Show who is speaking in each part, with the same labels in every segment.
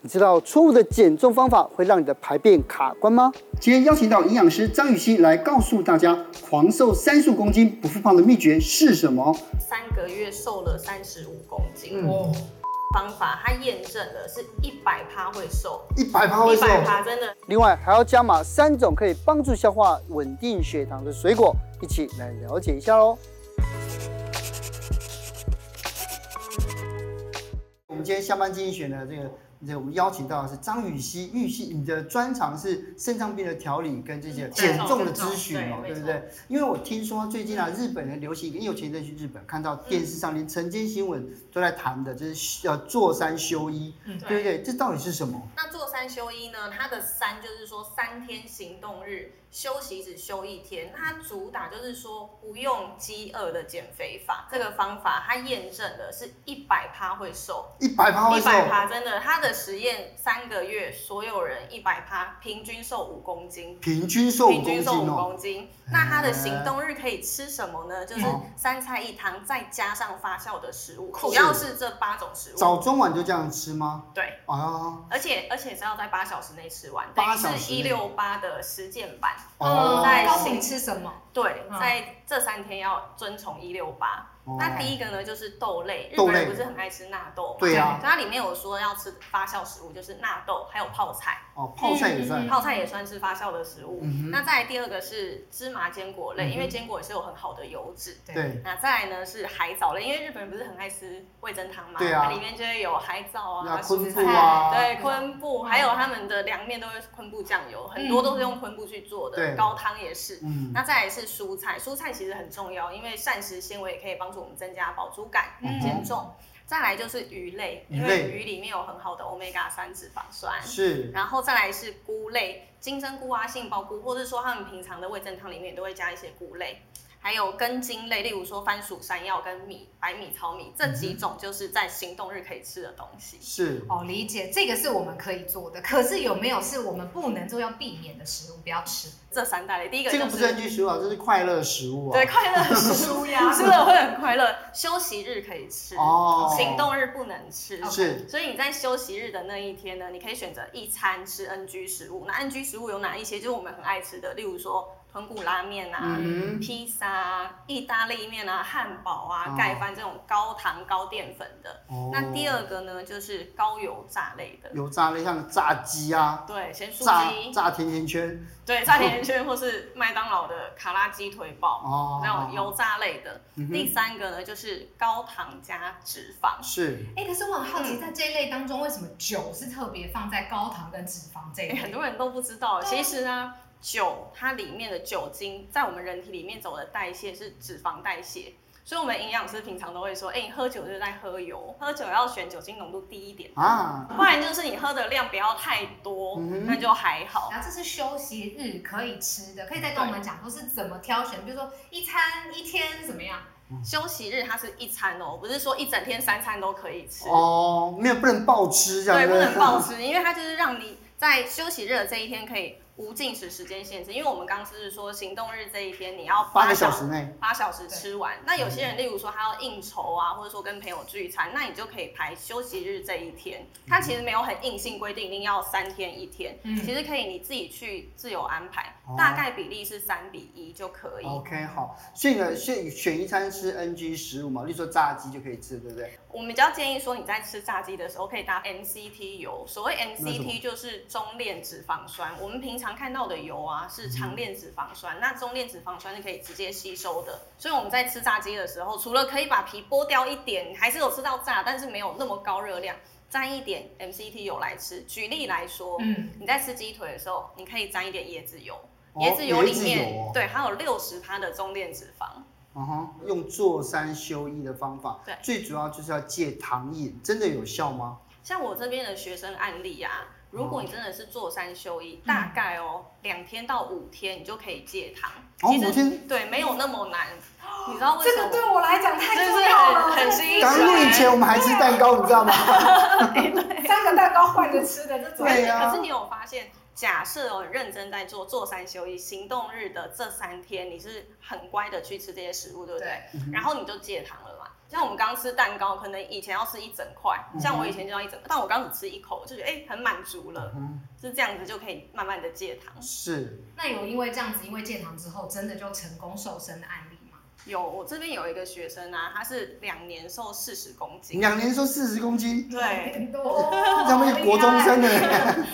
Speaker 1: 你知道错误的减重方法会让你的排便卡关吗？
Speaker 2: 今天邀请到营养师张雨欣来告诉大家，狂瘦三十五公斤不复胖的秘诀是什么？
Speaker 3: 三个月瘦了三十五公斤。哦，方法它验证了是一百趴会瘦，
Speaker 4: 一百趴会
Speaker 3: 一
Speaker 4: 瘦，
Speaker 3: 百趴真的
Speaker 1: 另外还要加码三种可以帮助消化、稳定血糖的水果，一起来了解一下喽。
Speaker 2: 我们今天下班经济学呢，这个这个我们邀请到的是张雨熙，玉溪，你的专长是肾脏病的调理跟这些
Speaker 3: 嗯
Speaker 2: 减重的
Speaker 3: 减重
Speaker 2: 咨询哦，
Speaker 3: 对
Speaker 2: 对不
Speaker 3: 没
Speaker 2: 对？因为我听说最近啊，日本人流行，因为我前一阵去日本，看到电视上连晨间新闻都在谈的，就是要坐山修一，对不
Speaker 3: 嗯对。
Speaker 2: 对？这到底是什么？
Speaker 3: 那做三休一呢？它的三就是说三天行动日，休息只休一天。它主打就是说不用饥饿的减肥法，这个方法它验证了是一百趴会瘦，
Speaker 2: 一百趴会
Speaker 3: 一
Speaker 2: 瘦，
Speaker 3: 百趴真的，它的实验三个月，所有人一百趴，平均瘦五公斤。
Speaker 2: 平均瘦五
Speaker 3: 平
Speaker 2: 公
Speaker 3: 均
Speaker 2: 斤
Speaker 3: 瘦五
Speaker 2: 哦，
Speaker 3: 公斤，那它的行动日可以吃什么呢？就是
Speaker 2: 嗯
Speaker 3: 三菜一汤，再加上发酵的食物，
Speaker 2: 酷
Speaker 3: 主要是这八种食物。
Speaker 2: 早中晚就这样吃吗？
Speaker 3: 对，
Speaker 2: 啊，
Speaker 3: 而且而且是要在八小时内吃完，等
Speaker 2: 八
Speaker 3: 于
Speaker 2: 小时
Speaker 3: 是
Speaker 2: 内
Speaker 3: 一六八的实践版。
Speaker 2: 哦
Speaker 3: 呃在
Speaker 5: 嗯高饼吃什么？
Speaker 3: 对，
Speaker 5: 嗯
Speaker 3: 在这三天要遵从一六八。
Speaker 2: 哦
Speaker 3: 那第一个呢，就是豆类，日
Speaker 2: 豆
Speaker 3: 本
Speaker 2: 类
Speaker 3: 人不是很爱吃纳豆吗？
Speaker 2: 对啊
Speaker 3: 所以它里面有说要吃发酵食物，就是纳豆，还有泡菜。
Speaker 2: 哦，泡菜也算
Speaker 5: 嗯
Speaker 3: 泡菜也算是发酵的食物。
Speaker 2: 嗯哼
Speaker 3: 那再来第二个是芝麻坚果类，
Speaker 2: 嗯哼
Speaker 3: 因为坚果也是有很好的油脂。
Speaker 2: 对。
Speaker 3: 那再来呢是海藻类，因为日本人不是很爱吃味噌汤嘛，
Speaker 2: 对啊
Speaker 3: 它里面就会有海藻
Speaker 2: 那
Speaker 3: 啊、
Speaker 2: 昆布
Speaker 3: 蔬菜
Speaker 2: 啊
Speaker 3: 对，昆布，
Speaker 5: 嗯
Speaker 3: 还有他们的凉面都会昆布酱油，很多都是用昆布去做
Speaker 2: 嗯对
Speaker 3: 的，高汤也是。
Speaker 2: 嗯，
Speaker 3: 那再来是蔬菜，蔬菜其实很重要，因为膳食纤维也可以帮助我们增加饱足感、
Speaker 2: 嗯
Speaker 3: 减重。再来就是鱼类，因
Speaker 2: 鱼类
Speaker 3: 为鱼里面有很好的 omega 三脂肪酸。
Speaker 2: 是
Speaker 3: 然后再来是菇类，金针菇啊、杏鲍菇，或者说他们平常的味噌汤里面都会加一些菇类，还有根茎类，例如说番薯、山药跟米、白米、糙米这几种，就是在行动日可以吃的东西。
Speaker 2: 是，
Speaker 5: 哦，理解，这个是我们可以做的，可是有没有是我们不能做、要避免的食物，不要吃？
Speaker 3: 这三大类，第一个
Speaker 2: 这
Speaker 3: 就
Speaker 2: 个不是 NG 食物啊，这是快乐食物啊
Speaker 3: 对，快乐是 舒压，吃了会很快乐。休息日可以吃，
Speaker 2: 哦
Speaker 3: 行动日不能吃。
Speaker 2: 是
Speaker 3: 所以你在休息日的那一天呢，你可以选择一餐吃 NG 食物。那 NG 食物有哪一些？就是我们很爱吃的，例如说豚骨拉面啊、
Speaker 2: 嗯
Speaker 3: 披萨啊、意大利面啊、汉堡
Speaker 2: 哦
Speaker 3: 啊、盖饭这种高糖高淀粉的。
Speaker 2: 哦
Speaker 3: 那第二个呢，就是高油炸类的，
Speaker 2: 油炸类，像炸鸡啊，
Speaker 3: 对，咸
Speaker 2: 炸
Speaker 3: 酥鸡，
Speaker 2: 炸甜甜圈
Speaker 3: 对，炸甜甜圈或是麦当劳的卡拉鸡腿堡。
Speaker 2: 哦，
Speaker 3: 那种油炸类的，
Speaker 2: 嗯哼
Speaker 3: 第三个呢就是高糖加脂肪，
Speaker 2: 是
Speaker 5: 哎、可是我很好奇，
Speaker 3: 嗯
Speaker 5: 在这一类当中，为什么酒是特别放在高糖跟脂肪这一
Speaker 3: 欸很
Speaker 5: 类？
Speaker 3: 多人都不知道。
Speaker 5: 对啊
Speaker 3: 其实呢，酒它里面的酒精在我们人体里面走的代谢是脂肪代谢，所以我们营养师平常都会说，哎、你喝酒就是在喝油，喝酒要选酒精浓度低一点，
Speaker 2: 啊，
Speaker 3: 不然就是你喝的量不要太多，
Speaker 2: 嗯哼
Speaker 3: 那就还好。
Speaker 5: 然后这是休息日可以吃的，可以再跟我们讲说是怎么挑选，比如说一餐一天怎么样？
Speaker 2: 嗯
Speaker 3: 休息日它是一餐哦，不是说一整天三餐都可以吃。
Speaker 2: 哦，没有不能暴吃这样，
Speaker 3: 对，不能暴
Speaker 2: 吃，
Speaker 3: 食，因为它就是让你在休息日的这一天可以无进食时间限制。因为我们刚刚是说行动日这一天你要
Speaker 2: 八
Speaker 3: 八
Speaker 2: 个小
Speaker 3: 小
Speaker 2: 时内
Speaker 3: 八小时吃完。那有些人，例如说他要应酬啊，或者说跟朋友聚餐，那你就可以排休息日这一天。它其实没有很硬性规定一定要三天一天，
Speaker 5: 嗯
Speaker 3: 其实可以你自己去自由安排，
Speaker 2: 哦
Speaker 3: 大概比例是三比一就可以。
Speaker 2: ，OK 好，所以呢，选选一餐吃 NG 食物嘛，例如说炸鸡就可以吃，对不对？
Speaker 3: 我们比较建议说，你在吃炸鸡的时候可以搭 MCT 油。所谓
Speaker 2: 那是什么
Speaker 3: MCT 就是中链脂肪酸，我们平常看到的油啊是长链脂肪酸，那中链脂肪酸是可以直接吸收的。所以我们在吃炸鸡的时候，除了可以把皮剥掉一点，你还是有吃到炸，但是没有那么高热量，沾一点 MCT 油来吃。举例来说，
Speaker 5: 嗯，
Speaker 3: 你在吃鸡腿的时候，你可以沾一点椰子油，
Speaker 2: 哦
Speaker 3: 椰子油里
Speaker 2: 椰子
Speaker 3: 面、
Speaker 2: 油哦
Speaker 3: 对还有六十它的中链脂肪。
Speaker 2: 嗯哼，用坐三休一的方法，
Speaker 3: 对
Speaker 2: 最主要就是要戒糖瘾，真的有效吗？
Speaker 3: 像我这边的学生案例啊，如
Speaker 2: 哦
Speaker 3: 果你真的是做三休一，
Speaker 2: 嗯
Speaker 3: 大概哦两天到五天你就可以戒糖。
Speaker 2: 哦
Speaker 3: 其实
Speaker 2: 五天
Speaker 3: 对，没有那么难。你知道为
Speaker 5: 这
Speaker 3: 什
Speaker 5: 个
Speaker 3: 么？
Speaker 5: 对我来讲太重
Speaker 3: 就是
Speaker 5: 要
Speaker 3: 很
Speaker 5: 了，
Speaker 3: 很啊
Speaker 5: 这
Speaker 3: 新
Speaker 2: 刚录影前
Speaker 3: 鲜。
Speaker 2: 我们还吃蛋糕，你知 道吗？
Speaker 5: 个三个蛋糕换着吃的这种。
Speaker 2: 对啊
Speaker 3: 可是你有发现，假设哦你认真在做做三休一行动日的这三天，你是很乖的去吃这些食物，对不对？
Speaker 5: 对
Speaker 3: 然后你就戒糖了嘛。像我们刚刚吃蛋糕，可能以前要吃一整块，
Speaker 2: 嗯
Speaker 3: 像我以前就要一整，但我刚只吃一口，我就觉得哎、很满足了，
Speaker 2: 嗯，
Speaker 3: 是这样子就可以慢慢的戒糖。
Speaker 2: 是，
Speaker 5: 那有因为这样子，因为戒糖之后，真的就成功瘦身的案例吗？
Speaker 3: 有，我这边有一个学生啊，他是两年瘦四十公斤，
Speaker 2: 两年瘦四十公斤，
Speaker 3: 对，
Speaker 5: 很多，
Speaker 3: 哦
Speaker 2: 他们是国中生的嘞，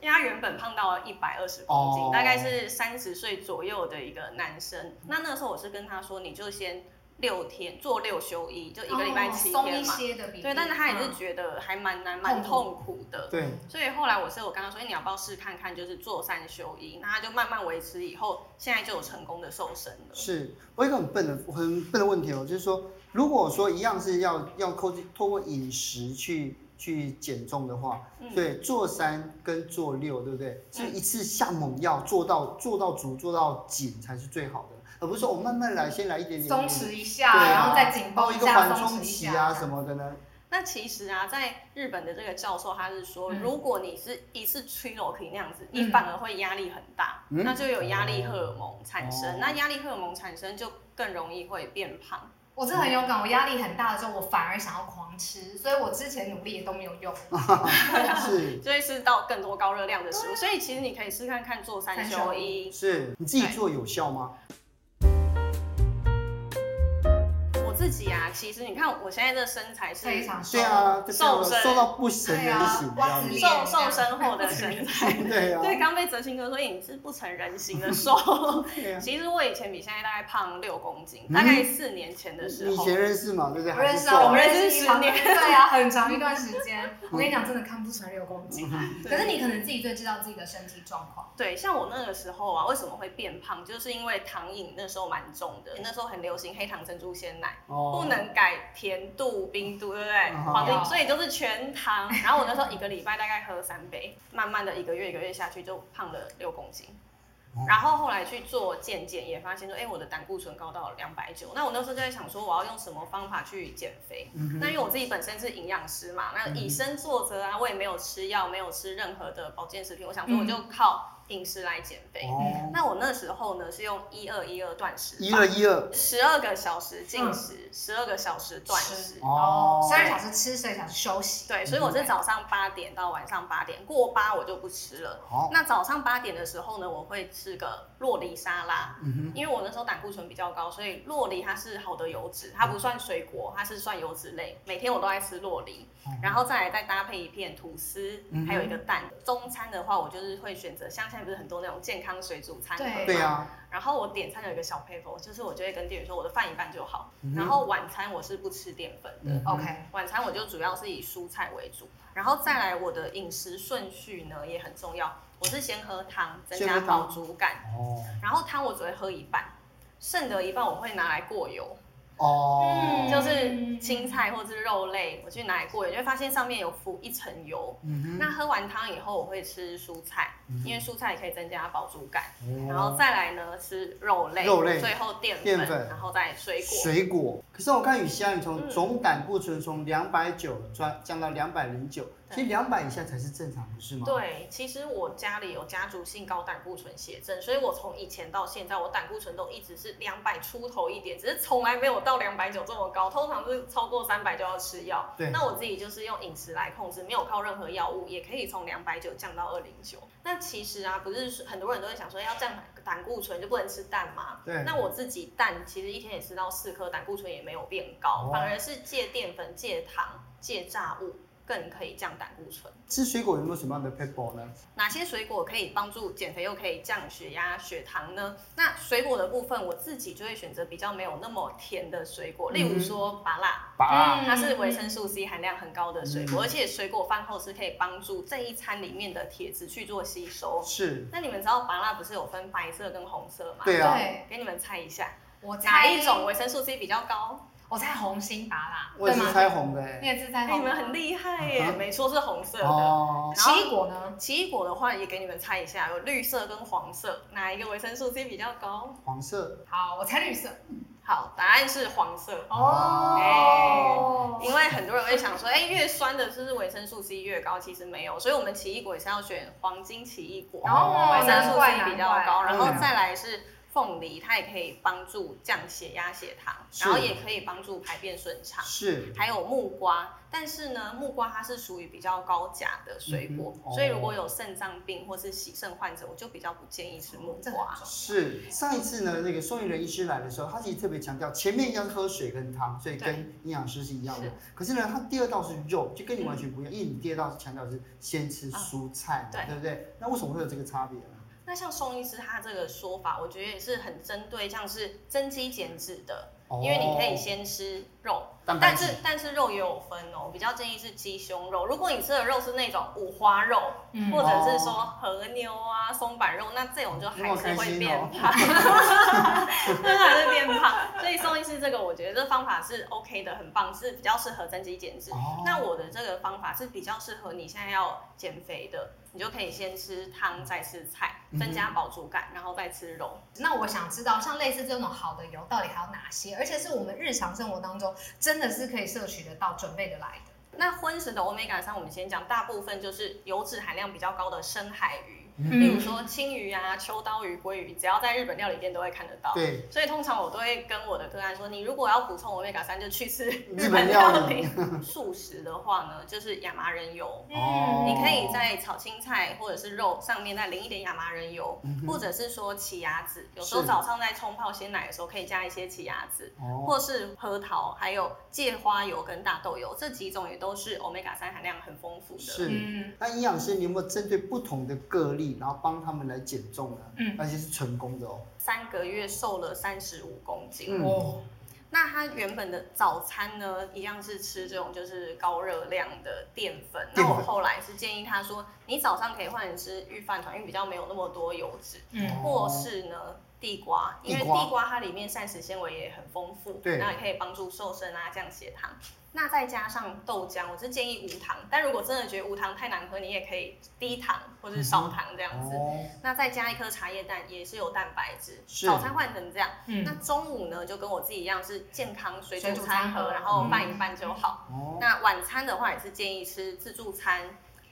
Speaker 3: 因为他原本胖到一百二十公斤，
Speaker 2: 哦
Speaker 3: 大概是三十岁左右的一个男生。那那时候我是跟他说，你就先六天做六休一，就一个礼拜七
Speaker 5: 哦松一
Speaker 3: 天嘛。
Speaker 5: 些的比例，
Speaker 3: 对，但是他也是
Speaker 5: 嗯
Speaker 3: 觉得还蛮难、
Speaker 5: 痛
Speaker 3: 蛮
Speaker 5: 苦
Speaker 3: 痛苦 的。
Speaker 2: 对，
Speaker 3: 所以后来我是我跟他说，哎你要不要试看看，就是做三休一？那他就慢慢维持，以后现在就有成功的瘦身了。
Speaker 2: 是我有一个很笨的、很笨的问题哦，就是说，如果说一样是要要靠透过饮食去去减重的话，
Speaker 3: 嗯
Speaker 2: 对，做三跟做六，对不对？是
Speaker 5: 嗯
Speaker 2: 一次下猛药，做到做到足、做到紧才是最好的，而不是说我慢慢来，先来一点点
Speaker 5: 松弛一下，
Speaker 2: 嗯对啊
Speaker 5: 然后再紧
Speaker 2: 包
Speaker 5: 绷
Speaker 2: 一个
Speaker 5: 下，
Speaker 2: 缓
Speaker 5: 松
Speaker 2: 冲
Speaker 5: 弛一
Speaker 2: 期
Speaker 5: 下
Speaker 2: 啊什。么的 呢？
Speaker 3: 那其实啊，在日本的这个教授他是说，
Speaker 5: 嗯
Speaker 3: 如果你是一次吹 r 可以那样子，你
Speaker 5: 嗯
Speaker 3: 反而会压力很大，
Speaker 2: 嗯
Speaker 3: 那就有压力荷尔蒙产生。
Speaker 2: 哦
Speaker 3: 那压力荷尔蒙产生就更容易会变胖。
Speaker 5: 我是很有感，我压力很大的时候，我反而想要狂吃，所以我之前努力也都没有用。
Speaker 2: 嗯是
Speaker 3: 就会吃到更多高热量的食
Speaker 2: 啊
Speaker 3: 物，所以其实你可以试看看做三休一。
Speaker 2: 是，你自己做有效吗？
Speaker 3: 我自己啊，其实你看我现在这身材是
Speaker 5: 非常
Speaker 2: 对啊，就
Speaker 3: 瘦身
Speaker 2: 瘦到不省人形这
Speaker 5: 对啊
Speaker 2: 样
Speaker 5: 哇
Speaker 2: 子，
Speaker 3: 瘦瘦身后的身材，
Speaker 2: 对啊，
Speaker 3: 对，刚被哲青哥说，哎你是不成人形的瘦。
Speaker 2: 对啊。
Speaker 3: 其实我以前比现在大概胖六公斤，
Speaker 2: 嗯
Speaker 3: 大概四年前的时
Speaker 2: 你以
Speaker 3: 候。
Speaker 2: 前认识嘛？对不对？
Speaker 5: 我认识
Speaker 2: 还不
Speaker 5: 啊，
Speaker 2: 错
Speaker 5: 我认识
Speaker 3: 十
Speaker 5: 一长
Speaker 3: 年
Speaker 5: 对啊，很长一段时间。
Speaker 2: 嗯
Speaker 5: 我跟你讲，真的看不出来六公斤。
Speaker 3: 对
Speaker 5: 可是你可能自己最知道自己的身体状况。
Speaker 3: 对，像我那个时候啊，为什么会变胖，就是因为糖瘾那时候蛮重的，那时候很流行黑糖珍珠鲜奶，
Speaker 2: 哦
Speaker 3: 不能改甜度、冰度，对不对？
Speaker 2: 哦
Speaker 3: 黄金，所以就是全糖。然后我那时候一个礼拜大概喝三杯，慢慢的一个月一个月下去就胖了六公斤
Speaker 2: 哦。
Speaker 3: 然后后来去做健检，也发现说，哎，我的胆固醇高到两百九。那我那时候就在想说，我要用什么方法去减肥？
Speaker 2: 嗯哼
Speaker 3: 那因为我自己本身是营养师嘛，那
Speaker 2: 嗯
Speaker 3: 以身作则啊，我也没有吃药，没有吃任何的保健食品，我想说我就靠饮食来减肥。
Speaker 2: 嗯哦，
Speaker 3: 那我那时候呢是用一二一二断食
Speaker 2: 一
Speaker 3: 法，
Speaker 2: 二一二
Speaker 3: 十二个小时进食，十二、个小时断食。
Speaker 2: 哦，嗯
Speaker 5: 十二小时吃，十二小时休息。
Speaker 3: 对，所以我是早上八点到晚上八点，过八我就不吃了。
Speaker 2: 好，
Speaker 3: 那早上八点的时候呢，我会吃个洛梨沙拉，
Speaker 2: 嗯
Speaker 3: 因为我那时候胆固醇比较高，所以洛梨它是好的油脂，它不算水果，它是算油脂类。每天我都在吃洛梨，
Speaker 2: 哼，
Speaker 3: 然后再来再搭配一片吐司
Speaker 2: 嗯哼，
Speaker 3: 还有一个蛋。中餐的话，我就是会选择像现在不是很多那种健康水煮餐盒
Speaker 5: 对
Speaker 2: 对
Speaker 3: 嘛
Speaker 2: 啊，
Speaker 3: 然后我点餐有一个小 paper，就是我就会跟店员说我的饭一半就好。
Speaker 2: 嗯哼
Speaker 3: 然后晚餐我是不吃淀粉的，
Speaker 2: 嗯
Speaker 5: OK，
Speaker 3: 晚餐我就主要是以蔬菜为主，然后再来我的饮食顺序呢也很重要。我是先喝汤，增加
Speaker 2: 先喝汤
Speaker 3: 饱足感，
Speaker 2: 哦
Speaker 3: 然后汤我只会喝一半，剩的一半我会拿来过油，
Speaker 2: 哦，
Speaker 5: 嗯
Speaker 3: 就是青菜或是肉类，我去拿来过油，你会发现上面有浮一层油。
Speaker 2: 嗯
Speaker 3: 那喝完汤以后，我会吃蔬菜，
Speaker 2: 嗯
Speaker 3: 因为蔬菜也可以增加饱足感。
Speaker 2: 哼，
Speaker 3: 然后
Speaker 2: 哦
Speaker 3: 再来呢，吃肉类，
Speaker 2: 肉类
Speaker 3: 最后淀
Speaker 2: 淀粉
Speaker 3: 然后再水果。
Speaker 2: 水果，可是我看雨欣啊，你从
Speaker 3: 嗯
Speaker 2: 总胆固醇从两百九降降到两百零九，其实两百以下才是正常，不是吗？，
Speaker 3: 对，其实我家里有家族性高胆固醇血症，所以我从以前到现在，我胆固醇都一直是两百出头一点，只是从来没有到两百九这么高，通常是超过三百就要吃药。
Speaker 2: 对
Speaker 3: 啊那我自己就是用饮食来控制，没有靠任何药物，也可以从两百九降到二零九。那其实啊，不是很多人都会想说要降胆固醇就不能吃蛋吗？
Speaker 2: 对
Speaker 3: 那我自己蛋其实一天也吃到四颗，胆固醇也没有变高，
Speaker 2: 哦
Speaker 3: 反而是戒淀粉、戒糖、戒炸物，更可以降胆固醇。
Speaker 2: 吃水果有没有什么样的 p e b b l e 呢？
Speaker 3: 哪些水果可以帮助减肥又可以降血压、血糖呢？那水果的部分，我自己就会选择比较没有那么甜的水果，例如
Speaker 2: 嗯
Speaker 3: 说芭辣，
Speaker 2: 把啊
Speaker 5: 嗯
Speaker 3: 它是维生素 C 含量很高的水果，
Speaker 2: 嗯
Speaker 3: 而且水果饭后是可以帮助这一餐里面的铁质去做吸收。
Speaker 2: 是，
Speaker 3: 那你们知道芭辣不是有分白色跟红色吗？
Speaker 2: 对啊，
Speaker 5: 对，
Speaker 3: 给你们猜一下，
Speaker 5: 我
Speaker 3: 哪
Speaker 5: 猜
Speaker 3: 一种？维生素 C 比较高？
Speaker 5: 我猜红心拔辣，
Speaker 2: 我也
Speaker 5: 对
Speaker 2: 是
Speaker 5: 吗
Speaker 2: 猜红的
Speaker 5: 你
Speaker 2: 欸，
Speaker 5: 也是猜
Speaker 3: 哎
Speaker 5: 红，嗯
Speaker 3: 你们很。厉害
Speaker 2: 啊
Speaker 3: 耶！
Speaker 2: 哈
Speaker 3: 没错，是红色的。
Speaker 2: 哦，
Speaker 3: 然后
Speaker 5: 奇异果呢？
Speaker 3: 奇异果的话，也给你们猜一下，有绿色跟黄色，哪一个维生素 C 比较高？
Speaker 2: 黄色，
Speaker 5: 好，我猜绿色。哎
Speaker 3: 好，答案是黄色，
Speaker 5: 哦，
Speaker 3: 因为很多人会想说，哎、越酸的是不是维生素 C 越高？其实没有，所以我们奇异果也是要选黄金奇异果，
Speaker 2: 哦
Speaker 3: 维生
Speaker 5: 难
Speaker 3: 素
Speaker 5: 怪
Speaker 2: 嗯
Speaker 3: C 比较高，然后再来是凤梨，它也可以帮助降血压、血糖，
Speaker 2: 是
Speaker 3: 然后也可以帮助排便顺畅。
Speaker 2: 是
Speaker 3: 还有木瓜，但是呢，木瓜它是属于比较高钾的水果，
Speaker 2: 嗯哼哦
Speaker 3: 所以如果有肾脏病或是洗肾患者，我就比较不建议吃木
Speaker 5: 这很
Speaker 3: 瓜。
Speaker 5: 重
Speaker 2: 是。上一次呢，那个宋玉仁医师来的时候，他其实特别强调前面要喝水跟汤，所以
Speaker 3: 对
Speaker 2: 跟营养师是一样的
Speaker 3: 是。
Speaker 2: 可是呢，他第二道是肉，就跟你完全不一样，因为你第二道是强调是先吃蔬菜嘛，
Speaker 3: 啊对
Speaker 2: 对不对？那为什么会有这个差别呢？
Speaker 3: 那像宋医师他这个说法，我觉得也是很针对像是增肌减脂的，
Speaker 2: 哦
Speaker 3: 因为你可以先吃肉，
Speaker 2: 蛋白
Speaker 3: 但
Speaker 2: 质
Speaker 3: 是但是肉也有分哦，我比较建议是鸡胸肉。如果你吃的肉是那种五花肉，
Speaker 5: 嗯
Speaker 3: 或者是
Speaker 2: 哦
Speaker 3: 说和牛啊、松板肉，那这种就还
Speaker 2: 那么开
Speaker 3: 是会
Speaker 2: 心哦
Speaker 3: 变胖， 那还是变胖。所以宋医师这个，我觉得这方法是 OK 的，很棒，是比较适合增肌减脂。
Speaker 2: 哦
Speaker 3: 那我的这个方法是比较适合你现在要减肥的，你就可以先吃汤，再吃菜，增
Speaker 2: 嗯
Speaker 3: 加饱足感，然后再吃肉。
Speaker 5: 那我想知道，像类似这种好的油到底还有哪些？而且是我们日常生活当中真的是可以摄取得到、准备得来的。
Speaker 3: 那荤食的 omega 三，我们先讲，大部分就是油脂含量比较高的深海鱼，
Speaker 5: 嗯
Speaker 3: 比如说青鱼啊、秋刀鱼、鲑鱼，只要在日本料理店都会看得到。
Speaker 2: 对
Speaker 3: 所以通常我都会跟我的个案说，你如果要补充 omega 三，就去吃
Speaker 2: 日
Speaker 3: 日
Speaker 2: 本
Speaker 3: 本
Speaker 2: 料
Speaker 3: 料
Speaker 2: 理
Speaker 3: 理。素食的话呢，就是亚麻仁油，
Speaker 2: 哦
Speaker 3: 嗯你可以在炒青菜或者是肉上面再淋一点亚麻仁油，
Speaker 2: 嗯哼
Speaker 3: 或者是说奇亚籽，有时候
Speaker 2: 是
Speaker 3: 早上在冲泡鲜奶的时候可以加一些奇亚籽。
Speaker 2: 哦，
Speaker 3: 或是核桃，还有芥花油跟大豆油这几种也都是 omega 三含量很丰富的。
Speaker 2: 是
Speaker 5: 嗯，
Speaker 2: 那营养师，你有没有针对不同的个例，然后帮他们来减重呢？
Speaker 5: 嗯
Speaker 2: 而且是成功的哦。
Speaker 3: 三个月瘦了三十五公斤。
Speaker 2: 嗯
Speaker 5: 哦，
Speaker 3: 那他原本的早餐呢，一样是吃这种就是高热量的淀粉。
Speaker 2: 淀
Speaker 3: 那
Speaker 2: 粉
Speaker 3: 我后来是建议他说，你早上可以换成吃御饭团，因为比较没有那么多油脂，
Speaker 5: 嗯，
Speaker 3: 或是呢地瓜，因为
Speaker 2: 地瓜
Speaker 3: 地瓜它里面膳食纤维也很丰富，
Speaker 2: 对
Speaker 3: 那也可以帮助瘦身啊，降血糖。那再加上豆浆，我是建议无糖，但如果真的觉得无糖太难喝，你也可以低糖或是少糖这样子。
Speaker 2: 哦，
Speaker 3: 那再加一颗茶叶蛋，也是有蛋白质。
Speaker 2: 是
Speaker 3: 早餐换成这样，
Speaker 5: 嗯
Speaker 3: 那中午呢就跟我自己一样是健康水
Speaker 5: 水
Speaker 3: 煮
Speaker 5: 煮
Speaker 3: 餐
Speaker 5: 餐盒嗯
Speaker 3: 盒，然后拌一拌就好。
Speaker 2: 哦，
Speaker 3: 那晚餐的话也是建议吃自助餐。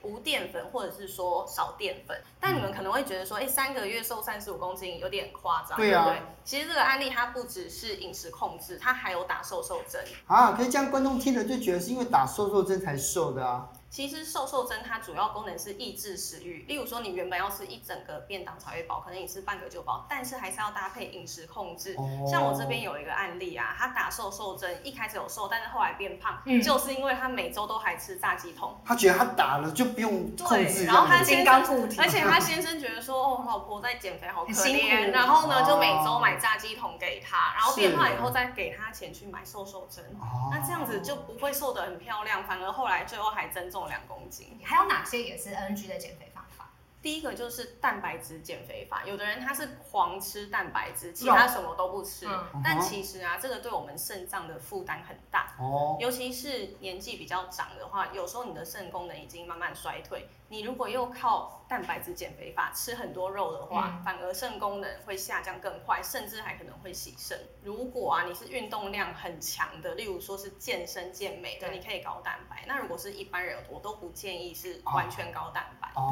Speaker 3: 无淀粉，或者是说少淀粉，但
Speaker 5: 嗯
Speaker 3: 你们可能会觉得说，哎、三个月瘦三十五公斤有点夸张，
Speaker 2: 对啊
Speaker 3: 不对？其实这个案例它不只是饮食控制，它还有打瘦瘦针。
Speaker 2: 啊，可是这样观众听了就觉得是因为打瘦瘦针才瘦的啊。
Speaker 3: 其实瘦瘦针它主要功能是抑制食欲，例如说你原本要吃一整个便当才会饱，可能你吃半个就饱，但是还是要搭配饮食控制。
Speaker 2: 哦
Speaker 3: 像我这边有一个案例啊，他打瘦瘦针，一开始有瘦，但是后来变胖，
Speaker 5: 嗯
Speaker 3: 就是因为他每周都还吃炸鸡 桶。
Speaker 2: 他觉得他打了就不用控制这样子，
Speaker 3: 对，然后他
Speaker 5: 金
Speaker 3: 先
Speaker 5: 刚
Speaker 3: 生
Speaker 5: 固体，
Speaker 3: 而且他先生觉得说，哦，老婆在减肥好可
Speaker 5: 很辛苦
Speaker 3: 怜，然后呢就每
Speaker 2: 哦
Speaker 3: 周买炸鸡桶给他，然后
Speaker 2: 是
Speaker 3: 变胖以后再给他钱去买瘦瘦针。
Speaker 2: 哦
Speaker 3: 那这样子就不会瘦得很漂亮，反而后来最后还增重两公斤。
Speaker 5: 还有哪些也是 NG 的减肥方法？
Speaker 3: 第一个就是蛋白质减肥法，有的人他是狂吃蛋白质，其他什么都不吃，
Speaker 5: 嗯
Speaker 3: 但其实啊，这个对我们肾脏的负担很大，
Speaker 2: 哦，
Speaker 3: 尤其是年纪比较长的话，有时候你的肾功能已经慢慢衰退，你如果又靠蛋白质减肥法吃很多肉的话，
Speaker 5: 嗯
Speaker 3: 反而肾功能会下降更快，甚至还可能会洗肾。如果啊你是运动量很强的，例如说是健身健美的，
Speaker 5: 对
Speaker 3: 你可以高蛋白；那如果是一般人，我都不建议是完全高蛋白，
Speaker 2: 哦，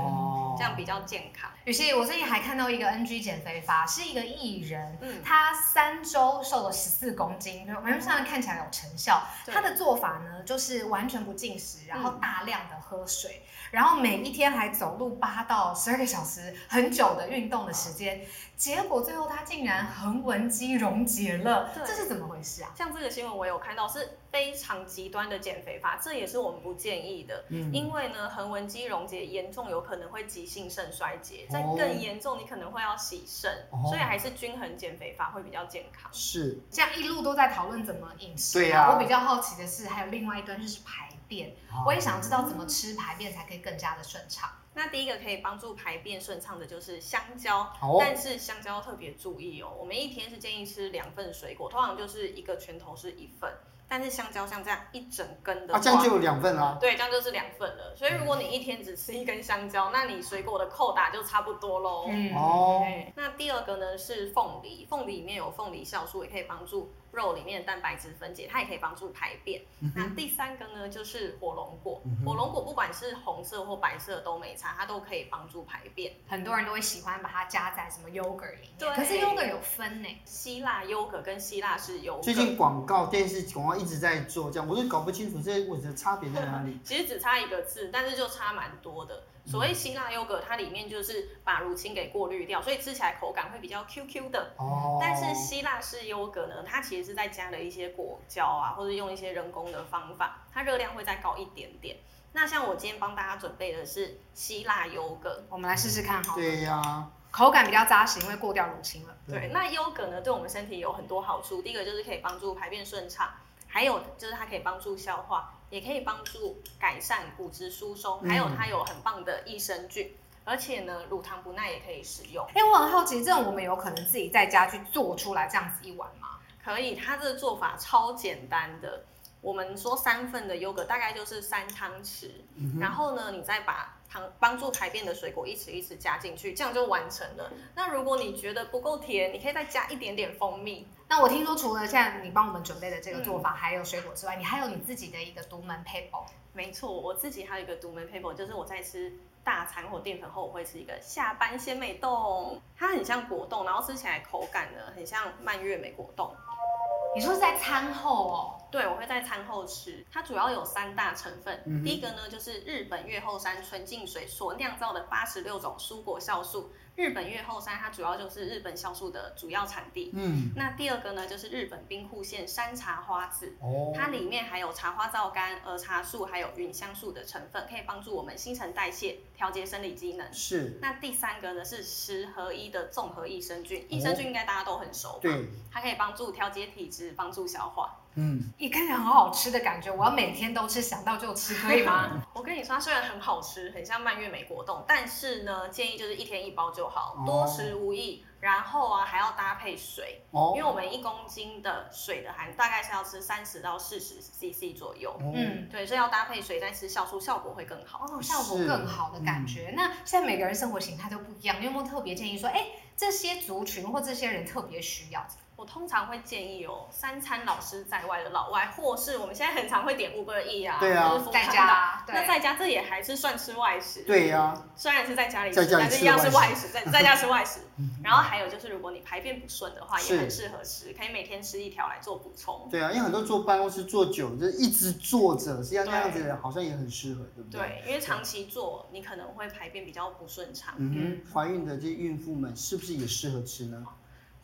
Speaker 3: 嗯这样比较健康。
Speaker 5: 雨欣，我最近还看到一个 NG 减肥法，是一个艺人，
Speaker 3: 嗯
Speaker 5: 他三周瘦了十四公斤，我们上看起来有成效。
Speaker 3: 对
Speaker 5: 他的做法呢，就是完全不进食，然
Speaker 3: 嗯
Speaker 5: 后大量的喝水，然后每一天还走路八到十二个小时，很久的运动的时间。结果最后他竟然横纹肌溶解了，
Speaker 3: 对
Speaker 5: 这是怎么回事啊？
Speaker 3: 像这个新闻我有看到是非常极端的减肥法，这也是我们不建议的。
Speaker 2: 嗯
Speaker 3: 因为呢，横纹肌溶解严重有可能会急性肾衰竭，再
Speaker 2: 哦
Speaker 3: 更严重你可能会要洗肾，
Speaker 2: 哦
Speaker 3: 所以还是均衡减肥法会比较健康。
Speaker 2: 是
Speaker 5: 这样一路都在讨论怎么饮食、
Speaker 2: 对啊
Speaker 5: 我比较好奇的是，还有另外一端就是排便，
Speaker 2: 哦
Speaker 5: 我也想知道怎么吃排便才可以更加的顺畅。
Speaker 3: 那第一个可以帮助排便顺畅的就是香蕉，
Speaker 2: 哦
Speaker 3: 但是香蕉特别注意哦，我们一天是建议吃两份水果，通常就是一个拳头是一份，但是香蕉像这样一整根的
Speaker 2: 啊，
Speaker 3: 话，
Speaker 2: 这样就有两份啦。
Speaker 3: 对，这样就是两份了。所以如果你一天只吃一根香蕉，那你水果的扣打就差不多喽。
Speaker 5: 嗯
Speaker 2: 哦，
Speaker 3: 对，那第二个呢是凤梨，凤梨里面有凤梨酵素，也可以帮助肉里面的蛋白质分解，它也可以帮助排便。那第三个呢，就是火龙果
Speaker 2: 嗯嗯。哼
Speaker 3: 火龙果不管是红色或白色都没差，它都可以帮助排便。
Speaker 5: 很多人都会喜欢把它加在什么 yogurt 里面，
Speaker 3: 对
Speaker 5: 可是 yogurt 有分呢、
Speaker 3: 希腊优格跟希腊式优格，
Speaker 2: 最近广告电视广告一直在做这样，我就搞不清楚这我的差别在哪里。
Speaker 3: 其实只差一个字，但是就差蛮多的。
Speaker 2: 嗯
Speaker 3: 所谓希腊优格，它里面就是把乳清给过滤掉，所以吃起来口感会比较 Q Q 的。
Speaker 2: 哦，
Speaker 3: 嗯但是希腊式优格呢，它其实是在加了一些果胶啊，或者用一些人工的方法，它热量会再高一点点。那像我今天帮大家准备的是希腊优格，
Speaker 5: 我们来试试看哈，
Speaker 2: 对呀、
Speaker 5: 口感比较扎实，因为过掉乳清了。
Speaker 3: 对，那优格呢，对我们身体有很多好处。第一个就是可以帮助排便顺畅，还有就是它可以帮助消化，也可以帮助改善骨质疏松，还有它有很棒的益生菌，而且呢，乳糖不耐也可以使用。
Speaker 5: 哎、我很好奇，这种我们有可能自己在家去做出来这样子一碗吗？
Speaker 3: 可以，它这个做法超简单的。我们说三份的优格大概就是三汤匙，然后呢，你再把糖帮助排便的水果一匙一匙加进去，这样就完成了。那如果你觉得不够甜，你可以再加一点点蜂蜜。
Speaker 5: 那我听说，除了现在你帮我们准备的这个做法，还有水果之外，你还有你自己的一个独门配方。
Speaker 3: 没错，我自己还有一个独门 paper，就是我在吃大餐或淀粉后，我会吃一个下班鲜美冻，它很像果冻，然后吃起来口感呢很像蔓越莓果冻。
Speaker 5: 你说是在餐后哦，
Speaker 3: 对，我会在餐后吃。它主要有三大成分，
Speaker 2: 嗯哼
Speaker 3: 第一个呢就是日本越后山纯净水所酿造的八十六种蔬果酵素。日本越后山它主要就是日本酵素的主要产地。
Speaker 2: 嗯，
Speaker 3: 那第二个呢就是日本兵库县山茶花籽。
Speaker 2: 哦，
Speaker 3: 它里面含有茶花皂苷、儿茶素还有芸香素的成分，可以帮助我们新陈代谢、调节生理机能。
Speaker 2: 是，
Speaker 3: 那第三个呢是十合一的综合益生菌，益生菌应该大家都很熟吧？
Speaker 2: 对，
Speaker 3: 它可以帮助调节体质，帮助消化。
Speaker 2: 嗯，
Speaker 5: 一看起来很好吃的感觉，我要每天都吃，想到就吃，可以吗？
Speaker 3: 我跟你说，它虽然很好吃，很像蔓越莓果冻，但是呢，建议就是一天一包就好
Speaker 2: 哦，
Speaker 3: 多食无益。然后啊，还要搭配水，
Speaker 2: 哦，
Speaker 3: 因为我们一公斤的水的含大概是要吃三十到四十 CC 左右。
Speaker 2: 哦，
Speaker 5: 嗯，
Speaker 3: 对，所以要搭配水再吃酵素，效果会更好。
Speaker 5: 哦，效果更好的
Speaker 2: 嗯
Speaker 5: 感觉。那现在每个人生活形态都不一样，你有没有特别建议说，哎、这些族群或这些人特别需要？
Speaker 3: 我通常会建议哦，三餐老师在外的老外，或是我们现在很常会点 Uber E 啊，
Speaker 2: 对啊
Speaker 3: 或是 Foodpanda
Speaker 5: 在家，对
Speaker 3: 那在家这也还是算吃外食，，
Speaker 2: 对呀、
Speaker 3: 虽然是在家里
Speaker 2: 在
Speaker 3: 吃，
Speaker 2: 家里
Speaker 3: 但是
Speaker 2: 吃
Speaker 3: 一样是
Speaker 2: 外嗯
Speaker 3: 外食，在在家吃外食。然后还有就是，如果你排便不顺的话，
Speaker 2: 是
Speaker 3: 也很适合吃，可以每天吃一条来做补充。
Speaker 2: 对啊，因为很多坐办公室坐久，就是一直坐着，实际上那样子
Speaker 3: 对
Speaker 2: 好像也很适合，对不对？
Speaker 3: 对，因为长期做，你可能会排便比较不顺畅。
Speaker 2: 嗯哼，怀孕的这些孕妇们是不是也适合吃呢？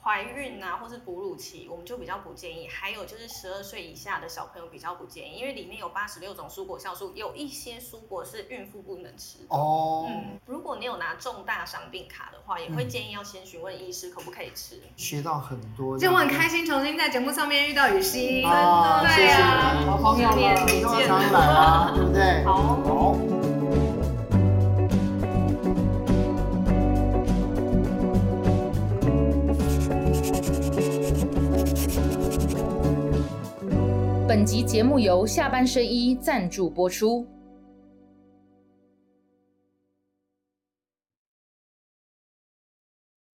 Speaker 3: 怀孕啊，或是哺乳期，我们就比较不建议。还有就是十二岁以下的小朋友比较不建议，因为里面有八十六种蔬果酵素，有一些蔬果是孕妇不能吃的。
Speaker 2: 哦，
Speaker 3: 嗯，如果你有拿重大伤病卡的话，也
Speaker 2: 嗯
Speaker 3: 会建议要先询问医师可不可以吃。
Speaker 2: 学到很多，
Speaker 5: 今天我很开心，重新在节目上面遇到雨欣，
Speaker 2: 啊，谢
Speaker 5: 对
Speaker 2: 谢
Speaker 5: 啊，
Speaker 2: 你，
Speaker 5: 好朋友
Speaker 2: 你
Speaker 5: 了，
Speaker 2: 以后
Speaker 5: 见
Speaker 2: 常来啊，对不对？
Speaker 3: 好
Speaker 2: 好。
Speaker 4: 本集节目由下半身衣赞助播出。